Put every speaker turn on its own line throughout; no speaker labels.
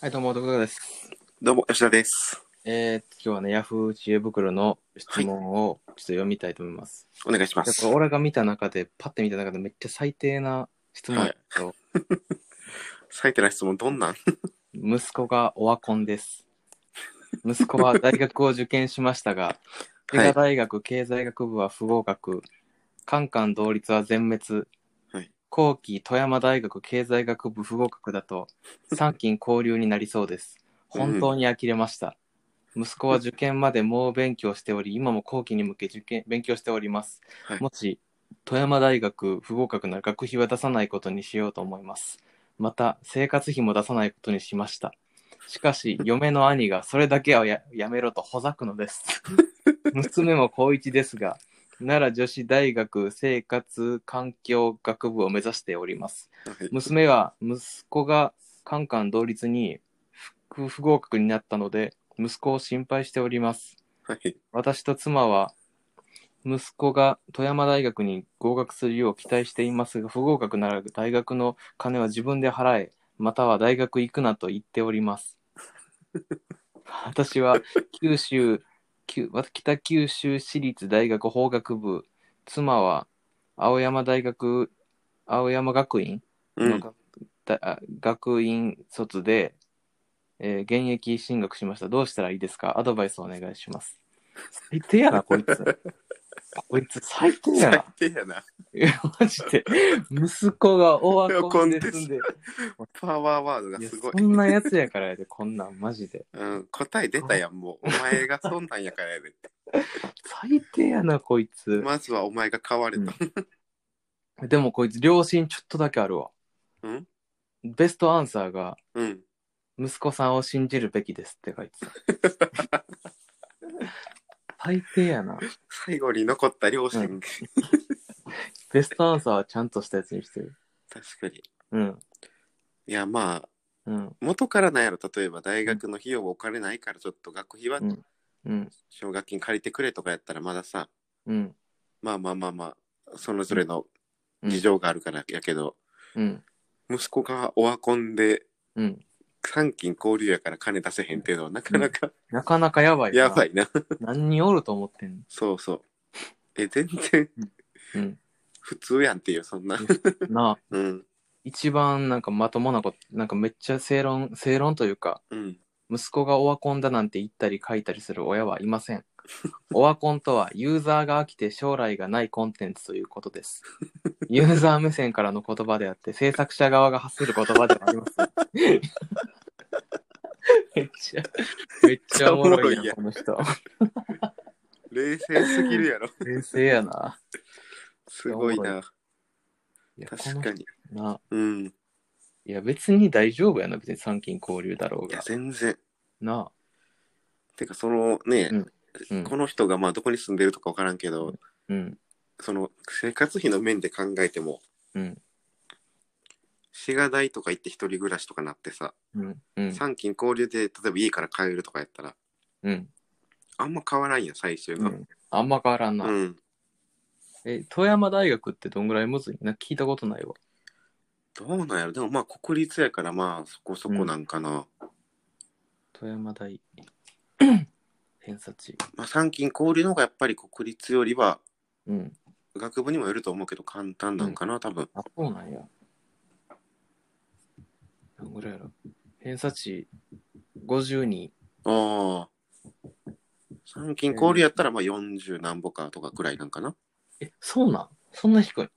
はい、どうも、徳川です。
どうも、吉田です。
えー、今日はね、ヤフー知恵袋の質問をちょっと読みたいと思います。
お願いしま
ですこ。れ俺が見た中で、パッて見た中でめっちゃ最低な質問だけど、
最低な質問、どんなん
息子がオワコンです。息子は大学を受験しました が、映
は
画
い。
大学経済学部は不合格、カンカン同率は全滅、
はい
後期富山大学経済学部不合格だと、三金交流になりそうです。本当に呆れました。息子は受験まで猛勉強しており、今も後期に向け受験勉強しております。
はい
もし富山大学不合格なら学費は出さないことにしようと思います。また、生活費も出さないことにしました。しかし、嫁の兄がそれだけはややめろとほざくの です。娘も高一ですが、奈良女子大学生活環境学部を目指しております。娘は息子がカンカン同率に不不合格になったので、息子を心配しております。
はい。
私と妻は息子が富山大学に合格するよう期待していますが不合格なら大学の金は自分で払えまたは大学行くなと言っております私は九州九北九州市立大学法学部妻は青山大学青山学院
う
の
ん。
学,だ、あ学院卒で、えー現役進学しました。どうしたらいいですかアドバイスをお願いします。最低やな、こい つ。こいつ最低や
最
な。
低やな。
いや マジで。息子がオワコンで
オワ
す
コ
ん
ン
で。
パワーワードが
いや
すごい
そ。んなやつやからやで、こんなん、マジで。
うん、答え出たやん、もう。お前がそんなんやからやで。
最低やな、こいつ。
まずはお前が買われた。
でもこいつ、両親ちょっとだけあるわ。
うん
ベストアンサーが、
うん。
息子さんを信じるべきですって書いてた。最低やな。
最後に残った両親。
うベストアンサーはちゃんとしたやつにしてる。
確かに。
うん。
いや、まあ、
うん。
元からなんやろ、例えば大学の費用はお金ないから、ちょっと学費は
うんうん。
奨学金借りてくれとかやったら、まださ、
うん。
まあまあまあまあ、それぞれの事情があるからやけど、
うん。
息子がオワコンで、
うん。
三金交流やから金出せへんっていうのはなかなか
なかなかやばいな。
やば
い。
いな。
何人おると思ってん
そうそう。え、全然
の
普通やんっていう、そんな。
うん。なあ、
うん。
一番なんかまともな子、なんかめっちゃ正論、正論というか、
うん。
息子がオワコンだなんて言ったり書いたりする親はいません。 オワコンとはユーザーが飽きて将来がないコンテンツということです。ユーザー目線からの言葉であって制作者側が発する言葉ではありま せん。めっちゃ、めっちゃおもろい
めっち
な、
ゃおもろいやん
この人。
冷静すぎるやろ。
冷静やな。
すごい
い
な。
いや
確かに。
この人な。
うん。
いや、別に大丈夫やな、別に参勤交流だろう
いや
が、。
全然。
な
てか、そのね、
あ。うん。
この人がまあどこに住んでるとかわからんけど、
うん。
その生活費の面で考えても、
うん。
滋賀大とか行って一人暮らしとかなってさ、
うん。うん。
三金交流で例えば家から帰るとかやったら、
うん。
あんま変わらんやん、最終
う
が。
ん。あんま変わらんな。
うん。
え、富山大学ってどんぐらいむずいな聞いたことないわ。
どうなんやろでもまあ国立やからまあそこそこなんかな。
富山 大偏差値。
まあ参勤交流の方がやっぱり国立よりは
うん。
学部にもよると思うけど簡単なんかな、多分。
あ、そうなんや。どんぐらいやろ。偏差値50に、
ああ。参勤交流やったらまあ40何歩かとかくらいなんかな。
え、そうなんそんな低い。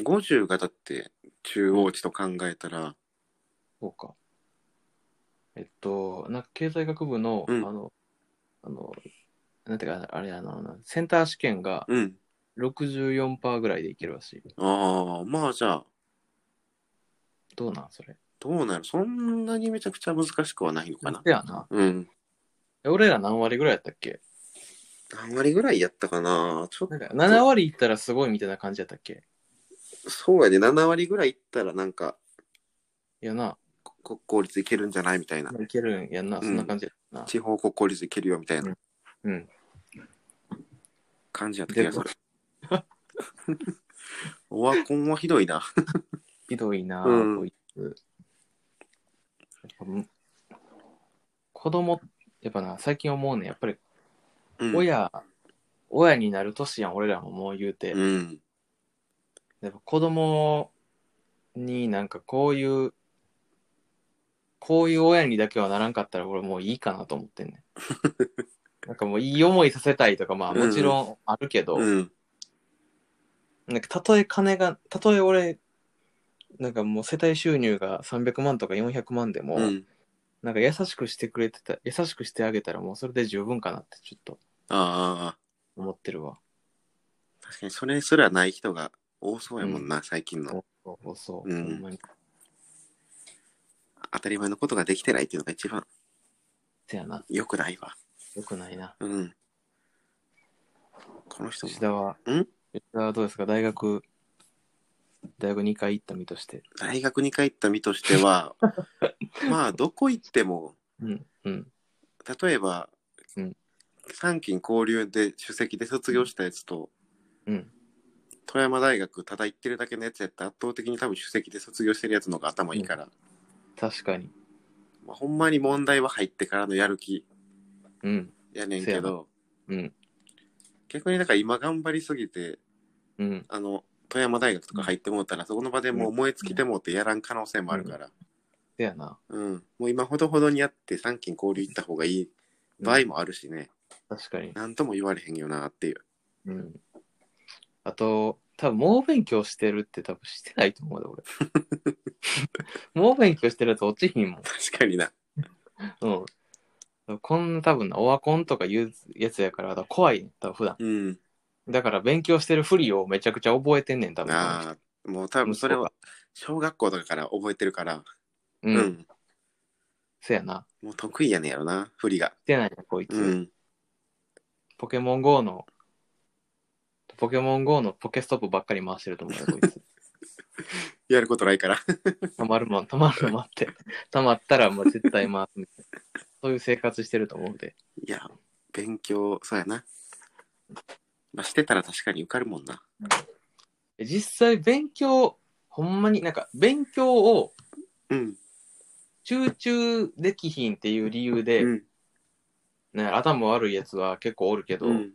50がだって中央値と考えたら、
そうか。えっと、なんか経済学部の、
うん
あの、あの、なんていうか、あれあの、センター試験が
うん。
64%ぐらいでいけるらしい。
ああ、まあじゃあ、
どうなんそれ。
どうなるそんなにめちゃくちゃ難しくはないのかな。
でやな。
うん。
え俺ら何割ぐらいやったっけ
何割ぐらいやったかなちょっ
なんか7割いったらすごいみたいな感じやったっけ
と、そうやね。7割ぐらいいったらなんか、
いやな、
国公立いけるんじゃないみたいな。
いけるんやんな、
うん
そんな感じやな。
地方国公立いけるよみたいな
うん。
感じやった気がする。 オワコンはひどいな。
ひどいな、
う
こ
ん
いつ。子供、やっぱな、最近思うねんやっぱり
うん。
親、親になる年やん、俺らももう言うて。
うん。
やっぱ子供になんかこういう、こういう親にだけはならんかったら俺もういいかなと思ってん ねん。なんかもういい思いさせたいとか、まあ
うん
もちろんあるけど、
うん。
なんかたとえ金が、たとえ俺、なんかもう世帯収入が300万とか400万でも、
うん。
なんか優しくしてくれてた、優しくしてあげたらもうそれで十分かなってちょっと
ああ、
思ってるわ。
確かにそれすらない人が多そうやもんな、最近の。
そうそう、
うん
ほんまに。
当たり前のことができてないっていうのが一番
せやな、
良くないわ。
よくないな。
うん。この人も
吉田は、
ん
吉田はどうですか大学、大学2回行った身として。
大学に帰った身として は、まあ、どこ行っても、
うん、うん、
例えば、
うん
三金交流で首席で卒業したやつと、
うん。
富山大学ただ行ってるだけのやつやったら圧倒的に多分首席で卒業してるやつの方が頭いいから、
確かに。
まあ、ほんまに問題は入ってからのやる気
うん、
やねんけど、
うん、
逆にだから今頑張りすぎて、
うん。
あの、富山大学とか入ってもうたら、そこの場でもう
うん
思いつきでもうってやらん可能性もあるから、
せやな。
うん。もう今ほどほどにやって三金交流行った方がいい場合もあるしね、
確かに。
なんとも言われへんよなっていう。
うん。あと、多分猛勉強してるって多分してないと思うで、俺。 猛勉強してるやつ落ちひんもん。
確かにな。
うん。こんな多分な、オワコンとかいうやつやから、だから怖いね、多分普段。
うん。
だから勉強してるふりをめちゃくちゃ覚えてんねん、多分。
ああ、もう多分それを小学校とかから覚えてるから、
う、
うんん、
せやな。
もう得意やねんやろな、振りが。
してないね、こいつ。
うん。
ポケモン GO の、ポケモン GO のポケストップばっかり回してると思うよ、こいつ。
やることないから。
たまるもん、たまるの待って。たまったらもう絶対回すみたいな。そういう生活してると思うんで。
いや、勉強、そうやな。まあ、してたら確かに受かるもんな。
え実際勉強、ほんまになんか勉強を
うん。
集中できひんっていう理由で、
うん。
ね、頭悪いやつは結構おるけど、
うん。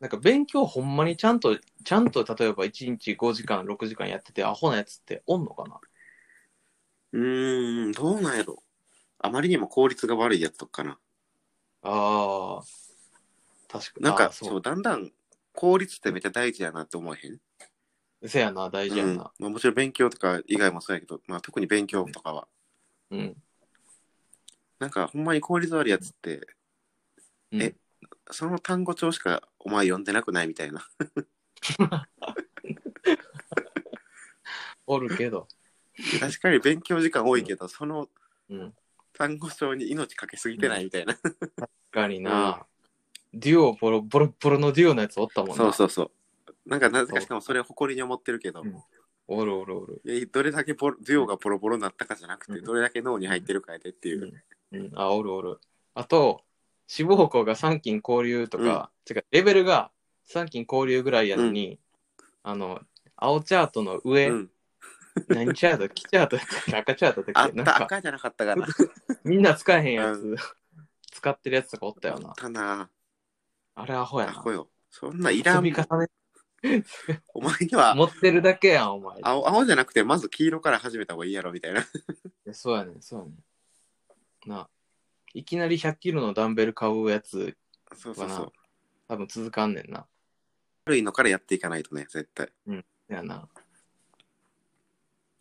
なんか勉強ほんまにちゃんと、ちゃんと例えば1日5時間、6時間やっててアホなやつっておんのかな
うーん、どうなんやろ。あまりにも効率が悪いやつとかかな。
ああ、確か
なん
あ
か、
ー
そう
そう。
だんだん効率ってめっちゃ大事やなって思えへん。
せやな、大事や
うん。
な
ま。あ、もちろん勉強とか以外もそうやけど、まあ、特に勉強とかは。
うん。
なんか、ほんまに効率悪いやつって、
うん
えその単語帳しかお前読んでなくないみたいな。
おるけど。
確かに勉強時間多いけど、その
うん。
単語帳に命かけすぎてないみたいな。
ガリな、デュオ、ボロ、ボロボロのデュオのやつおったもんな。
そうそうそう。なんかなぜかしかもそれを誇りに思ってるけど、
うんおるおるおる。
えどれだけボロデュオがボロボロになったかじゃなくて、
うん
どれだけ脳に入ってるかやでっていう。
うん。あ、おるおる。あと、志望校が三金交流とか、てか、レベルが三金交流ぐらいやのに、あの、青チャートの上、
うん
何チャート、黄チャート、 赤チャートって
あっ
なん
た
か、
赤じゃなかったかな。
みんな使えへんやつ、
う
使ってるやつとかおったよ
あ
な
っ。たな。
あれアホや
あ
な
こ。よ。そんないら
積み
ん。
重ね、
お前には
持ってるだけやん、お前。
青青じゃなくて、まず黄色から始めた方がいいやろみたいな。
いやそうやねん、そうやねん。なあ、いきなり100キロのダンベル買うやつ、
そうそうそう。
多分続かんねんな。
悪いのからやっていかないとね、絶対。
やな。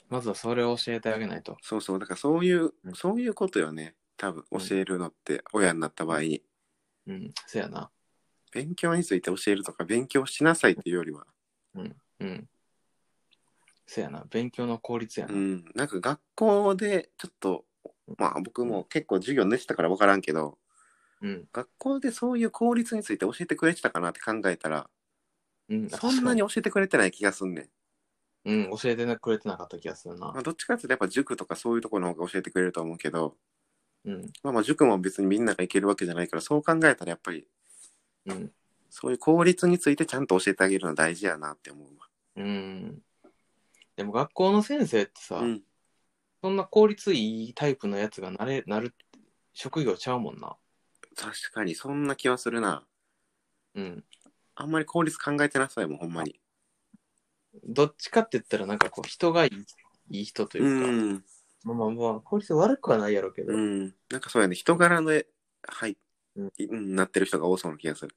まずはそれを教えてあげないと。
そうそう。だからそういう
う、ん
そういうことよね。多分教えるのって、親になった場合に。
うん、せやな。
勉強について教えるとか勉強しなさいっていうよりは、
うん。せやな。勉強の効率や
う
な。
ん、なんか学校でちょっとまあ僕も結構授業寝てたから分からんけど
うん。
学校でそういう効率について教えてくれてたかなって考えたら
うん。
そんなに教えてくれてない気がすんねん、
うん、教えてくれてなかった気がするな
まあ、。どっちかっていうとやっぱ塾とかそういうところの方が教えてくれると思うけど、
うん。
まあ、まあ塾も別にみんなが行けるわけじゃないからそう考えたらやっぱり
うん。
そういう効率についてちゃんと教えてあげるの大事やなって思う
うん。でも学校の先生ってさ、
わ、うん、
そんな効率いいタイプのやつがなれ、なる、職業ちゃうもんな。
確かに、そんな気はするな。
うん。
あんまり効率考えてなさいもん、ほんまに。
どっちかって言ったら、なんかこう、人がいいいい人といううか、
ん。
まあまあまあ、効率悪くはないやろうけど、
うん。なんかそうやね、人柄の、はい、
うん
うん、なってる人が多そうな気がする。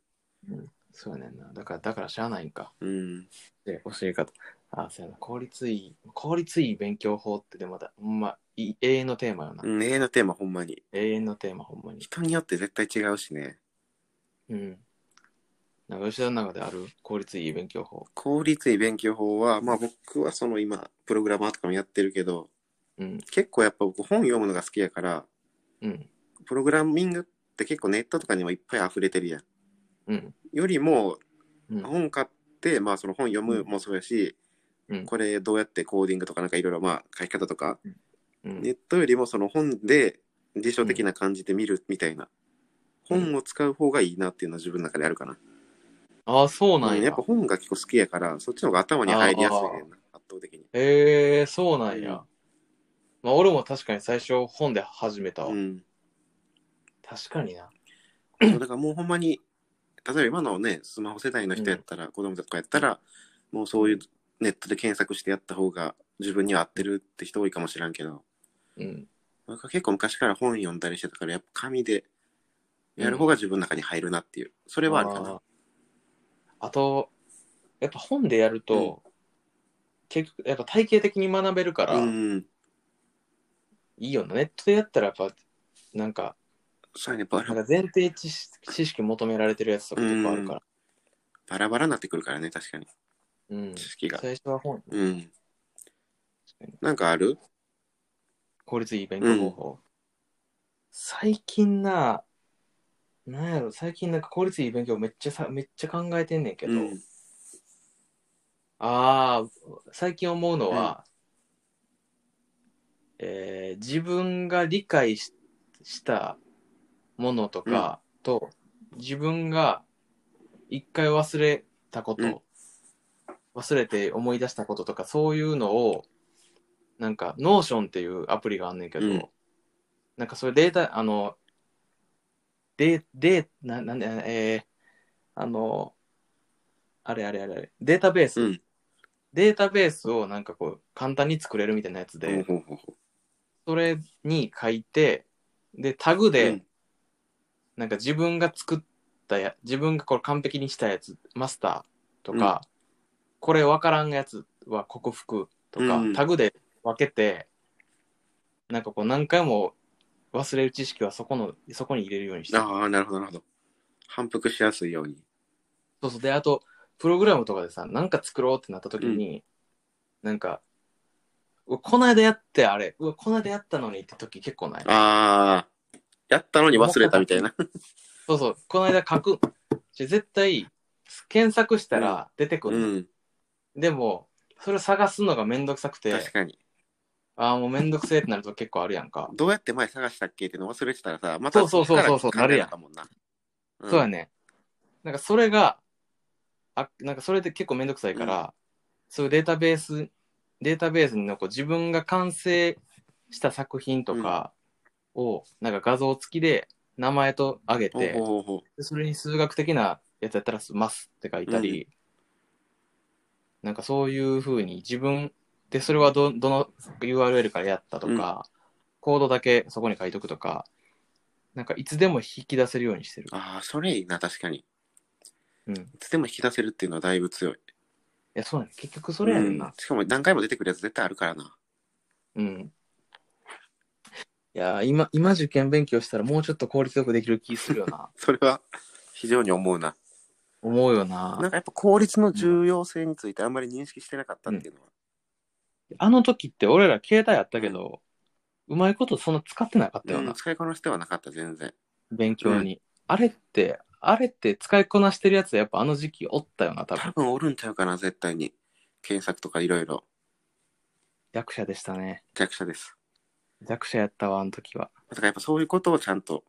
そうやねんな。だから、だからしゃあないんか。
うん。
で、教え方。あ、そうやな。効率いい、効率いい勉強法ってでまた、ほんま、い永遠のテーマよな。
うん、永遠のテーマ、ほんまに。
永遠のテーマ、ほんまに。
人によって絶対違うしね。
うん。なんか吉田の中である効率いい勉強法。
効率いい勉強法は、まあ僕はその今、プログラマーとかもやってるけど、
うん。
結構やっぱ僕本読むのが好きやから、
うん。
プログラミングって結構ネットとかにもいっぱい溢れてるやん。
うん。
よりも、
うん。
本買って、まあその本読むもそうやし、
うん
これどうやってコーディングとかなんかいろいろまあ書き方とか、
うん
ネットよりもその本で辞書的な感じで見るみたいな、
うん
本を使う方がいいなっていうのは自分の中であるかな。
ああ、そうなん
うん
や。
やっぱ本が結構好きやから、そっちの方が頭に入りやすいねんな、圧倒的に。
へえー、そうなんや。
うん
まあ、俺も確かに最初本で始めたわ。
うん。
確かにな。
そうだからもうほんまに、例えば今のね、スマホ世代の人やったら、子供とかやったら、もうそういうネットで検索してやった方が自分には合ってるって人多いかもしらんけど、
うん。
僕は結構昔から本読んだりしてたから、やっぱ紙でやる方が自分の中に入るなっていう、それはあるか
あ
な
ー。あと、やっぱ本でやると、結局、やっぱ体系的に学べるから、
うん。
いいよな。ネットでやったらやっぱ、なんか、
そうやね、バ
なん
ラ
か前提知識知識求められてるやつとか結構あるから。
バラバラになってくるからね、確かに。
うん。
知識が。
最初は本、
うん
確かに。
なんかある
効率いい勉強方法。最近な、なんやろ、最近なんか効率いい勉強めっちゃさ、めっちゃ考えてんねんけど、
うん
ああ、最近思うのは、えー自分が理解ししたものとかと、自分が一回忘れたこと、
うん
忘れて思い出したこととか、そういうのを、なんか、ノーションっていうアプリがあんねんけど、
うん
なんかそれデータ、あの、で、で、な、なんで、えーあの、あれあれあれあれ、データベース、
うん
データベースをなんかこう、簡単に作れるみたいなやつで、
ほうほうほうほ
それに書いて、で、タグ
う
で、
うん
なんか自分が作ったや、自分がこれ完璧にしたやつ、マスターとか、これ分からんやつは克服とか、
うん
タグで分けて、なんかこう何回も忘れる知識はそこの、そこに入れるようにして。
ああ、なるほど、なるほど。反復しやすいように。
そうそう。で、あと、プログラムとかでさ、なんか作ろうってなった時に、なんか、うわこの間やってあれ、うわ、この間やったのにって時結構ない。
ああ、やったのに忘れたみたいな。
そうそう、この間書く。じ絶対、検索したら出てく
う
る。
ん、
でも、それを探すのがめんどくさくて、
確かに。
ああ、もうめんどくせえってなると結構あるやんか。
どうやって前探したっけっていうの忘れてたらさ、また
そうそうそうそう
次から考えなあかんもんな。
そうや
ね。
ね。なんかそれが、あなんかそれで結構めんどくさいから、そういうデータベース、データベースのこう自分が完成した作品とかを、なんか画像付きで名前と上げ
ほう
て、
ほうほうほう。
でそれに数学的なやつやったら「ます」って書いたり、なんかそういうふうに自分でそれはどどの URL からやったとか、コードだけそこに書いとくとかなんかいつでも引き出せるようにしてる、
ああ、それいいな、確かに。
うん、い
いつでも引き出せるっていうのはだいぶ強い。
やそうなんです結局それやねん
うん
な
しかも何回も出てくるやつ絶対あるからな。
うん、いやー今今受験勉強したらもうちょっと効率よくできる気するよな
それは非常に思うな。
思うよな
なんかやっぱ効率の重要性についてあんまり認識してなかったっていうのは。
あの時って俺ら携帯あったけど、うまいことそんな使ってなかったよな
うん、使いこなしてはなかった、全然。
勉強に、あれってあれって使いこなしてるやつやっぱあの時期おったよな多
多
分
分おるんちゃうかな、絶対に。検索とかいろいろ。
弱者でしたね
弱者です。
弱者やったわあの時は
だからやっぱそういうことをちゃんと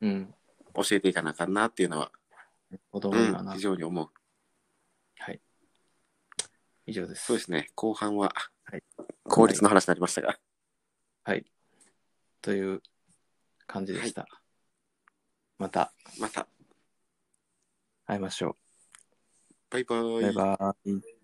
うん
教えていかなあかんなっていうのは、
子供
う
には
ん、
な、
非常に思う。
以上です
そうですね、後半は
はい
効率の話になりましたが。
という感じでした。また
また、
会いましょ
バイバ
う。バイバイ。